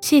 谢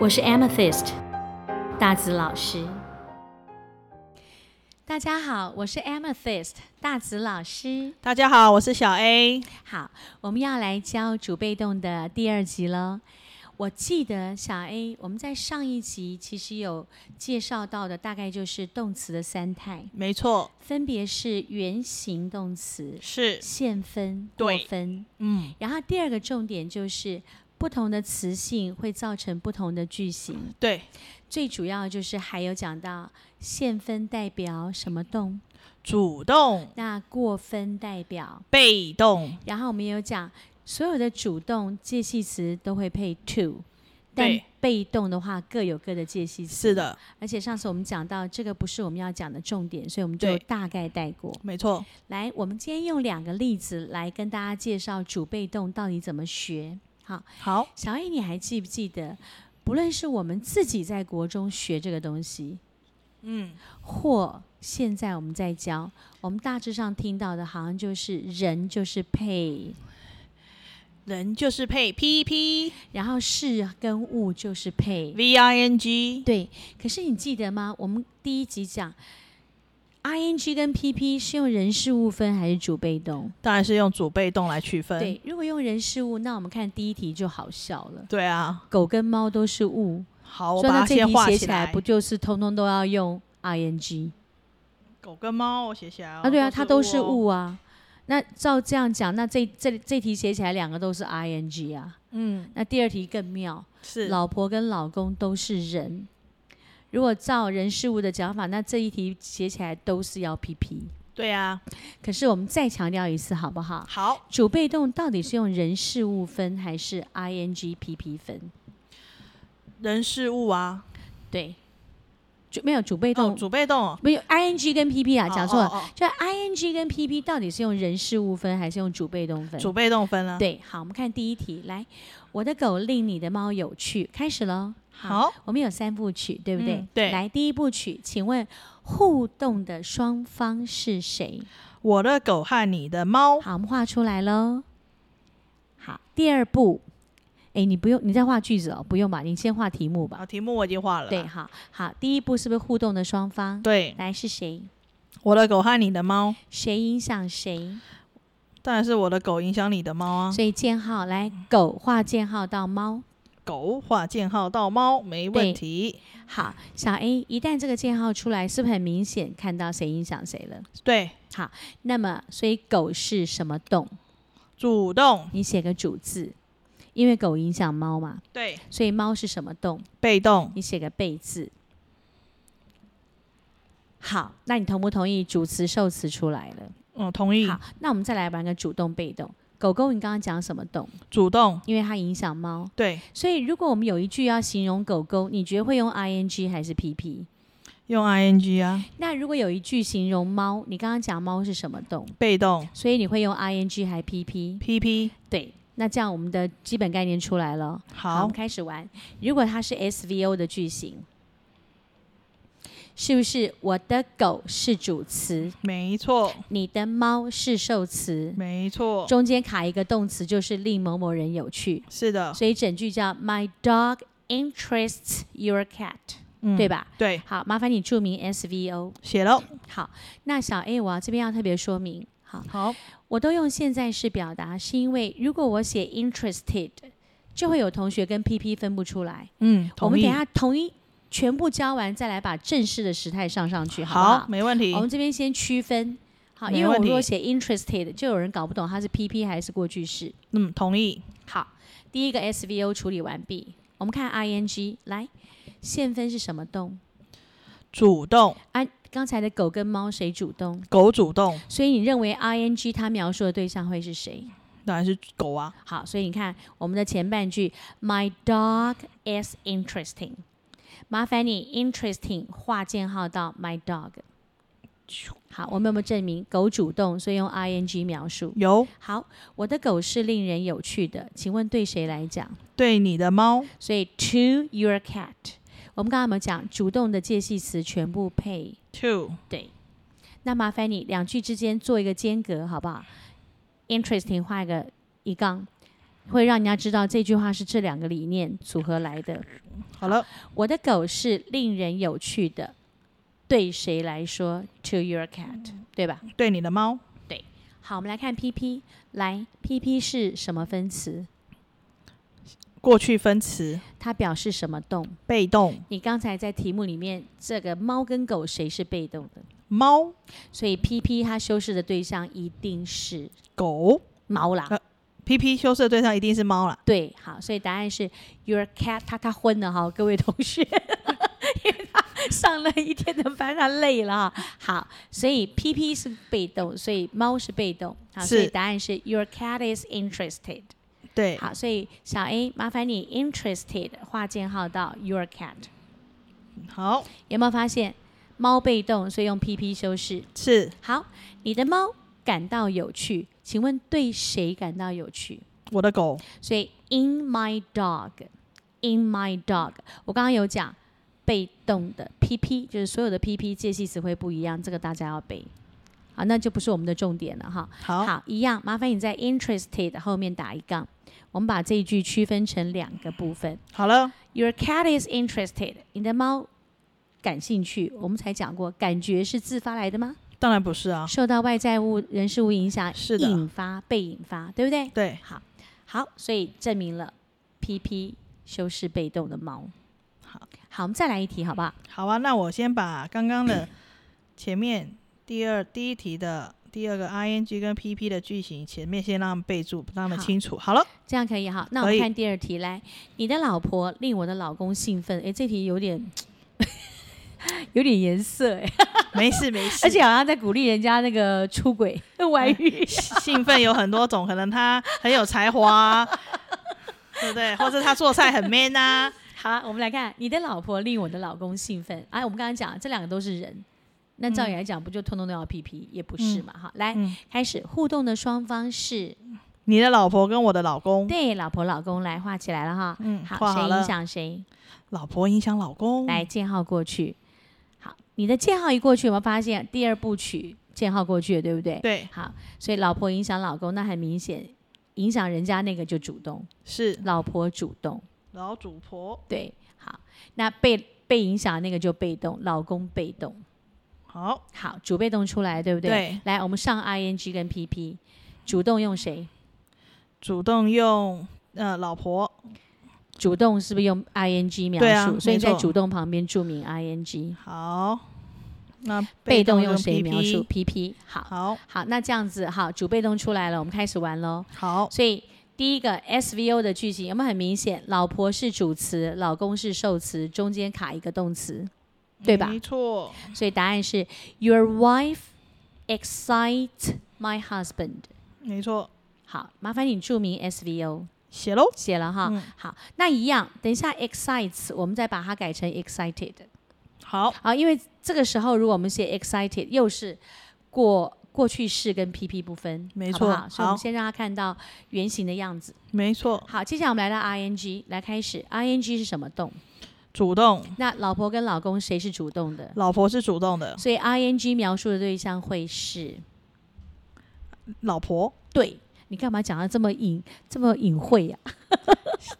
我是 Amethyst 大紫老师。大家好，我是 Amethyst 大紫老师。大家好，我是小 A。好，我们要来教主被动的第二集喽。我记得小 A，我们在上一集其实有介绍到的，大概就是动词的三态，没错，分别是原形动词、是，现分、过对分。嗯，然后第二个重点就是不同的词性会造成不同的句型。对，最主要就是还有讲到现分代表什么动，主动、那过分代表被动，然后我们也有讲，所有的主动介系词都会配 to，但对被动的话各有各的介系词。是的，而且上次我们讲到这个不是我们要讲的重点，所以我们就对大概带过。没错，来，我们今天用两个例子来跟大家介绍主被动到底怎么学。好，好，小 A，你还记不记得，不论是我们自己在国中学这个东西，嗯，或现在我们在教，我们大致上听到的好像就是人就是配，人就是配 P P 然后事跟物就是配。 V I N G，对，可是你记得吗？我们第一集讲 ing 跟 pp 是用人事物分还是主被动？当然是用主被动来区分。，对，如果用人事物，那我们看第一题就好笑了。对啊，狗跟猫都是物，好，哦我所以把那它这题先画写起来不就是通通都要用 ing 狗跟猫，我写起来哦。啊？对啊，它都是哦。物啊。那照这样讲，那这这这题写起来两个都是 ing 啊。嗯，那第二题更妙，是，老婆跟老公都是人。如果照人事物的讲法，那这一题写起来都是要 PP。对啊。可是我们再强调一次好不好？好，主被动到底是用人事物分还是 ing PP 分？人事物啊，对，主没有主被动，哦，主被动哦，没有 ing 跟 PP 啊，哦讲错了。哦哦就 ing 跟 PP 到底是用人事物分还是用主被动分？哦主被动分了。，对，好，我们看第一题，来，我的狗令你的猫有趣，开始喽。好，我们有三部曲，对不对？嗯对来，第一部曲，请问互动的双方是谁？我的狗和你的猫，好，我们画出来喽。好，第二步，哎，你不用，你再画句子哦，不用吧？你先画题目吧。好，啊题目我已经画了。对，，好好，第一步是不是互动的双方？对，来是谁？我的狗和你的猫，谁影响谁？当然是我的狗影响你的猫啊。所以建号来，狗画建号到猫。狗画箭号到猫没问题，好，小 A，一旦这个建号出来，是不是很明显看到谁影响谁了？对，那么，所以狗是什么动？主动你写个主字，因为狗影响猫嘛，对，所以猫是什么动？被动你写个被字。好，那你同不同意主词受词出来了？嗯，同意。好，那我们再来玩个主动被动。狗狗，你刚刚讲什么动？主动，因为它影响猫，对，所以如果我们有一句要形容狗狗，你觉得会用 ing 还是 pp？用 ing 啊，那如果有一句形容猫，你刚刚讲猫是什么动，被动所以你会用 ing 还 pp？ ，pp。对，那这样我们的基本概念出来了。我好们，开始玩。如果它是 SVO 的句型，是不是我的狗是主词，没错，你的猫是受词，没错，中间卡一个动词就是令某某人有趣，是的，所以整句叫 My dog interests your cat，、嗯对？吧？对，好，麻烦你注明 SVO。写喽。好，那小 A 我要这边要特别说明，好，好，我都用现在式表达，是因为如果我写 interested，就会有同学跟 PP 分不出来。嗯，我同们意等一。下统一全部教完，再来把正式的时态上上去，好不好，好？没问题我。们这边先区分，好，因没为我问如题果写 interested，就有人搞不懂它是 PP 还是过去式。嗯，同意。好，第一个 SVO 处理完毕，我们看 ING 来，现分是什么动？主动，啊，刚才的狗跟猫谁主动？狗主动，所以你认为 ING 它描述的对象会是谁？当然是狗啊。好，所以你看我们的前半句，My dog is interesting。麻烦你 interesting 划箭号到 my dog。好，我们有没有证明狗主动，所以用 ing 描述？有好，我的狗是令人有趣的，请问对谁来讲？对你的猫，所以 to your cat。我们刚刚有没有讲主动的介系词全部配 to 对？那麻烦你两句之间做一个间隔，好不好？Interesting 画一个一杠，会让人家知道这句话是这两个理念组合来的。好了，我的狗是令人有趣的，对谁来说？To your cat，对吧？对你的猫，好，我们来看 PP，来，PP 是什么分词？过去分词，它表示什么动？被动，你刚才在题目里面，这个猫跟狗谁是被动的？猫，所以 PP 它修饰的对象一定是狗。猫啦。呃 PP 修饰的对象一定是猫啦，对，好，所以答案是 your cat，它它昏了哈，各位同学， 因为它上了一天的班，它累了哈。好，所以 PP 是被动，所以猫是被动。好，所以是答案是 your cat is interested。对，好，所以小 A，麻烦你 interested 划箭号到 your cat。好有没有发现猫被动，所以用 PP 修饰？是好，你的猫感到有趣，请问对谁感到有趣？我的狗，所以 in my dog，in my dog，我刚刚有讲被动的 PP，就是所有的 PP 介系词汇不一样，这个大家要背。好，那就不是我们的重点了哈。好一样，麻烦你在 interested 后面打一杠，我们把这一句区分成两个部分。好了， Your cat is interested，你的猫感兴趣。我们才讲过，感觉是自发来的吗？当然不是啊，受到外在物人事物影响，是的引发被引发，对不对？对，好，好，所以证明了 PP 修饰被动的猫。好，好，我们再来一题，好不好？好啊，那我先把刚 刚的前面第二第一题的第二个 ing 跟 pp 的句型前面先让他们备注，让他们好清 楚。好了，这样可以哈。那我可们以看第二题，来，你的老婆令我的老公兴奋。诶，这题有点 有点颜色诶， 没事没事，而且好像在鼓励人家那个出轨、外遇。 兴奋有很多种，可能他很有才华啊、对不对？或者他做菜很 man 啊，好，我们来看你的老婆令我的老公兴奋。哎，我们刚刚讲这两个都是人，那照理来讲，不就通通都要 PP？也不是嘛。哈，来、嗯开始互动的双方是你的老婆跟我的老公，对老婆老公来画起来了哈。嗯，好，画好谁影了，嗯响谁？老婆影响老公，来，箭号过去。好，你的箭号一过去，有没有发现第二部曲箭号过去了，对不对？对，好，所以老婆影响老公，那很明显，影响人家那个就主动，是老婆主动，老主婆，对，好，那被被影响那个就被动，老公被动。好，好，主被动出来，对不对？对来，我们上 ing 跟 pp，主动用谁？主动用呃老婆，主动是不是用 ing 描对啊述？所以没在错主动旁边注明 ing。好，那被动动用跟谁描 PP 述？pp。好，好，好，那这样子，好，主被动出来了，我们开始玩喽。好，所以第一个 S V O 的句型有没有很明显？老婆是主词，老公是受词，中间卡一个动词，对吧没错，所以答案是 Your wife excite my husband。没错，好，麻烦你注明 S V O 写喽。写了哈。嗯好，那一样，等一下 excites 我们再把它改成 excited。好，好，啊因为这个时候如果我们写 excited，又是过过去式跟 PP 不分，没好错不好所以我好们先让他看到原形的样子。没错，好，接下来我们来到 ing，来开始 ing 是什么动？主动，那老婆跟老公谁是主动的？老婆是主动的，所以 ing 描述的对象会是老婆对。你干嘛讲的这么隐这么隐晦呀、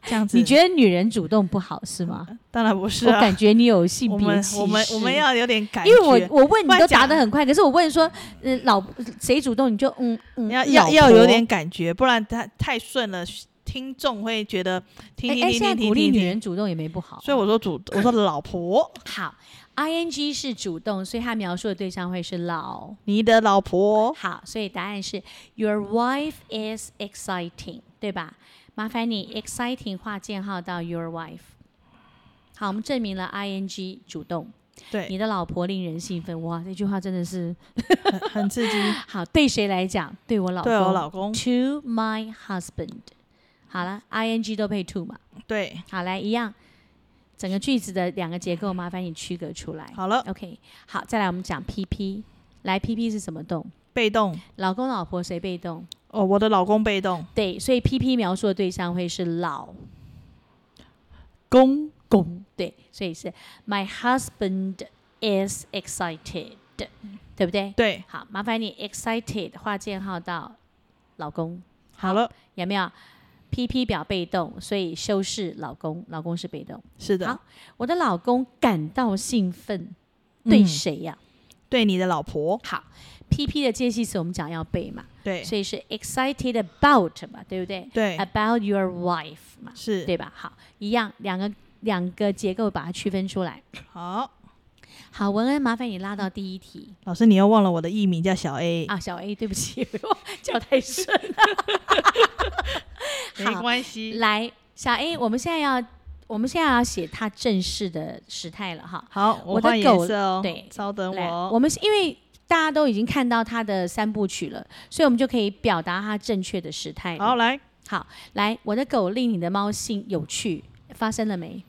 这样子。你觉得女人主动不好是吗？当然不是我啊，感觉你有性我别们歧视。我们我们要有点感觉，因为我我问你不然都答讲得很快，可是我问说，呃，老谁主动你就嗯嗯，要要老要有婆点感觉，不然太太顺了，听众会觉得听哎听哎，听现在听鼓听励听女听。人主动也没不好。所以我说主，我说 老婆，好，ing 是主动，所以它描述的对象会是老。你的老婆好，所以答案是 Your wife is exciting，对吧？麻烦你 exciting 画箭号到 your wife。好，我们证明了 ing 主动，对，你的老婆令人兴奋。哇，这句话真的是很很刺激。好，对谁来讲？对我老公。 对我 老公， To my husband。好了，ing 都配 to 嘛。对，好，来一样，整个句子的两个结构，麻烦你区隔出来。好了， OK，好，再来我们讲 PP，来 PP 是什么动？被动老公老婆谁被动？哦，我的老公被动，对，所以 PP 描述的对象会是老公公，对，所以是 My husband is excited，对不对？对，好，麻烦你 excited 画箭号到老公，好了，有没有？PP 表被动，所以修饰老公，老公是被动。是的好，我的老公感到兴奋，嗯对谁呀、对你的老婆，好，PP 的介系词我们讲要背嘛，对所以是 excited about 嘛，对不对对 a b o u t your wife 嘛，是，对吧？好，一样，两个两个结构把它区分出来。好，好，文恩，麻烦你拉到第一题老师你又忘了我的艺名叫小 A，啊，小 A，对不起， 我叫太深 了。好，嗯关系，来，小 A，我们现在要我们现在要写它正式的时态了哈。好，我的换狗颜色哦，对稍等来，我，我们是因为大家都已经看到它的三部曲了，所以我们就可以表达它正确的时态了。好来，好，来，我的狗令你的猫性有趣，发生了没？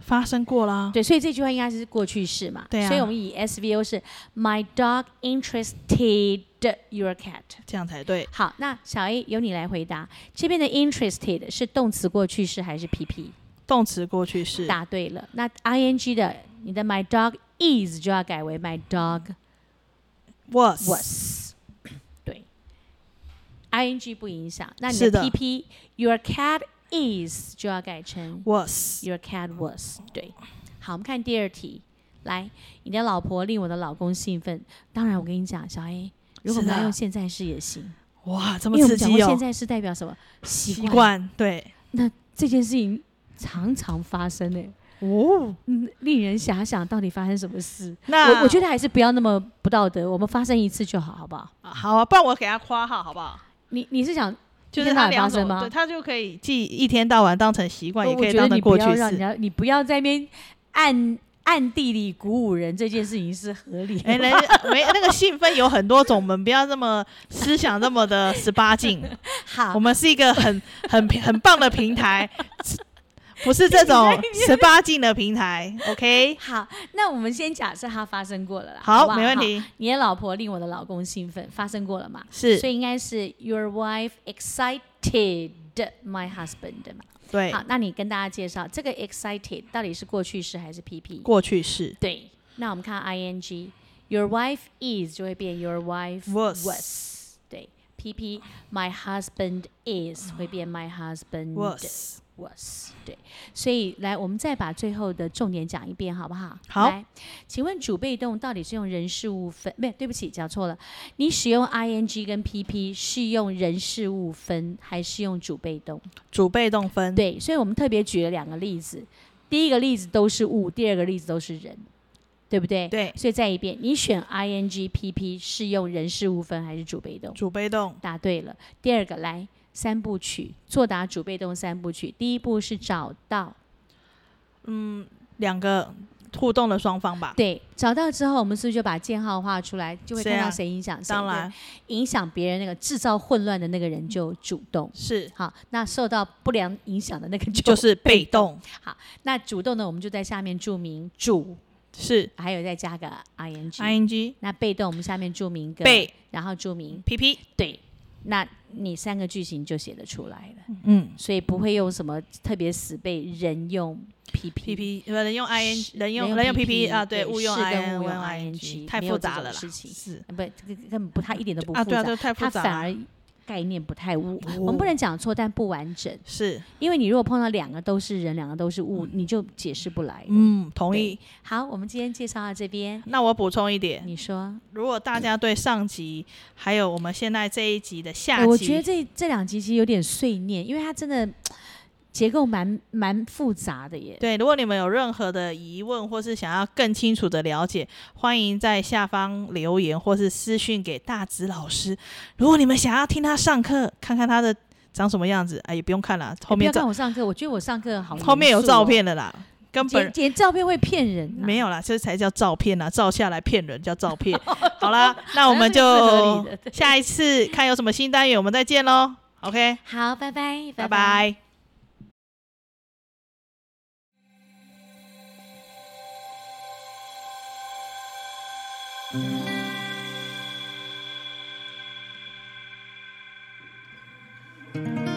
发生过啦，对，所以这句话应该是过去式嘛。嗯对啊所以我们以 S V O 是 My dog interested your cat。这样才对，好，那小 A 由你来回答，这边的 interested 是动词过去式还是 PP？动词过去式，答对了。那 ing 的你的 My dog is 就要改为 My dog was was。对，ing 不影响。那你是的的 PP your cat is 就要改成 was Your cat was 对。好，我们看第二题。来，你的老婆令我的老公兴奋。当然，我跟你讲，小 A，如果我们是的要用现在式也行，哇，这因么为我刺们讲激过现哦，在式代表什么习习惯对，这件事情常常发生诶、哦，嗯，令人遐想到底发生什么事。那我我觉得还是不要那么不道德，我们发生一次就好，好不好？啊好啊，不然我给他夸号好不好？你你是想就一是天他到晚两发生种，吗对他就可以既一天到晚当成习惯，也我可我以觉当得成你不过去要让人式。家，你不要在那边暗暗地里鼓舞人，这件事情是合理的。哎，人没那个兴奋有很多种，我们不要这么思想这么的十八禁。 好我，们是一个很很很棒的平台，不是 这种十八禁的平台。OK，好，那我们先假设它发生过了啦。好好不，好，没问好。题。你的老婆令我的老公兴奋，发生过了嘛？所是，以应该是 your wife excited my husband 嘛。对，好，那你跟大家介绍这个 excited 到底是过去式还是 PP？过去式对，那我们看 ing。Your wife is 就会变 Your wife Was 对，PP My husband is 会变 My husband was was 对，所以来我们再把最后的重点讲一遍，好不好？好来，请问主被动到底是用人事物分？没有，对不起，讲错了。你使用 ing 跟 pp 是用人事物分，还是用主被动？主被动分，对，所以我们特别举了两个例子，第一个例子都是物，第二个例子都是人，对不对？对，所以再一遍，你选 ing pp 是用人事物分还是主被动？主被动答对了。第二个，来，三部曲，作答主被动三部曲。第一步是找到，嗯，两个互动的双方吧，对，找到之后，我们是不是就把键号画出来，就会是看到啊谁影响谁？当然对，影响别人那个制造混乱的那个人就主动。是好，那受到不良影响的那个就嗯就是被动， 那主动的，我们就在下面注明主，是还有再加个 ing。 ing 那被动，我们下面注明个，被然后注明 pp，对，那你三个句型就写得出来了，嗯所以不会用什么特别死背人用 PP。 ，pp 呃人用 ing 人用人人用用 PP pp 啊，对对，误用是跟 ing 误误用用 ing， ing 太没有复这杂种了啦，事情是呃不，这个根本不，它一点都不啊，复对杂，啊，对，太复它杂反了，而概念不太物。我哦们不能讲错，但不完整，是，因为你如果碰到两个都是人，两个都是物，你就解释不来。嗯，同对意。好，我们今天介绍到这边，那我补充一点，你说，如果大家对上集还有我们现在这一集的下哎集，我觉得这这两集其实有点碎念，因为它真的结构蛮蛮复杂的耶。对，如果你们有任何的疑问，或是想要更清楚的了解，欢迎在下方留言或是私讯给大直老师。如果你们想要听他上课，看看他的长什么样子，哎，也不用看了，后不面要看照我上课，我觉得我上课好、后面有哦照，片的啦，根剪本剪照片会骗人、啊。没有啦，这才叫照片啦，照下来骗人叫 照片。好啦，那好我像们这个是合就理的对下一次看有什么新单元，我们再见喽。OK，好，拜拜，拜拜拜。拜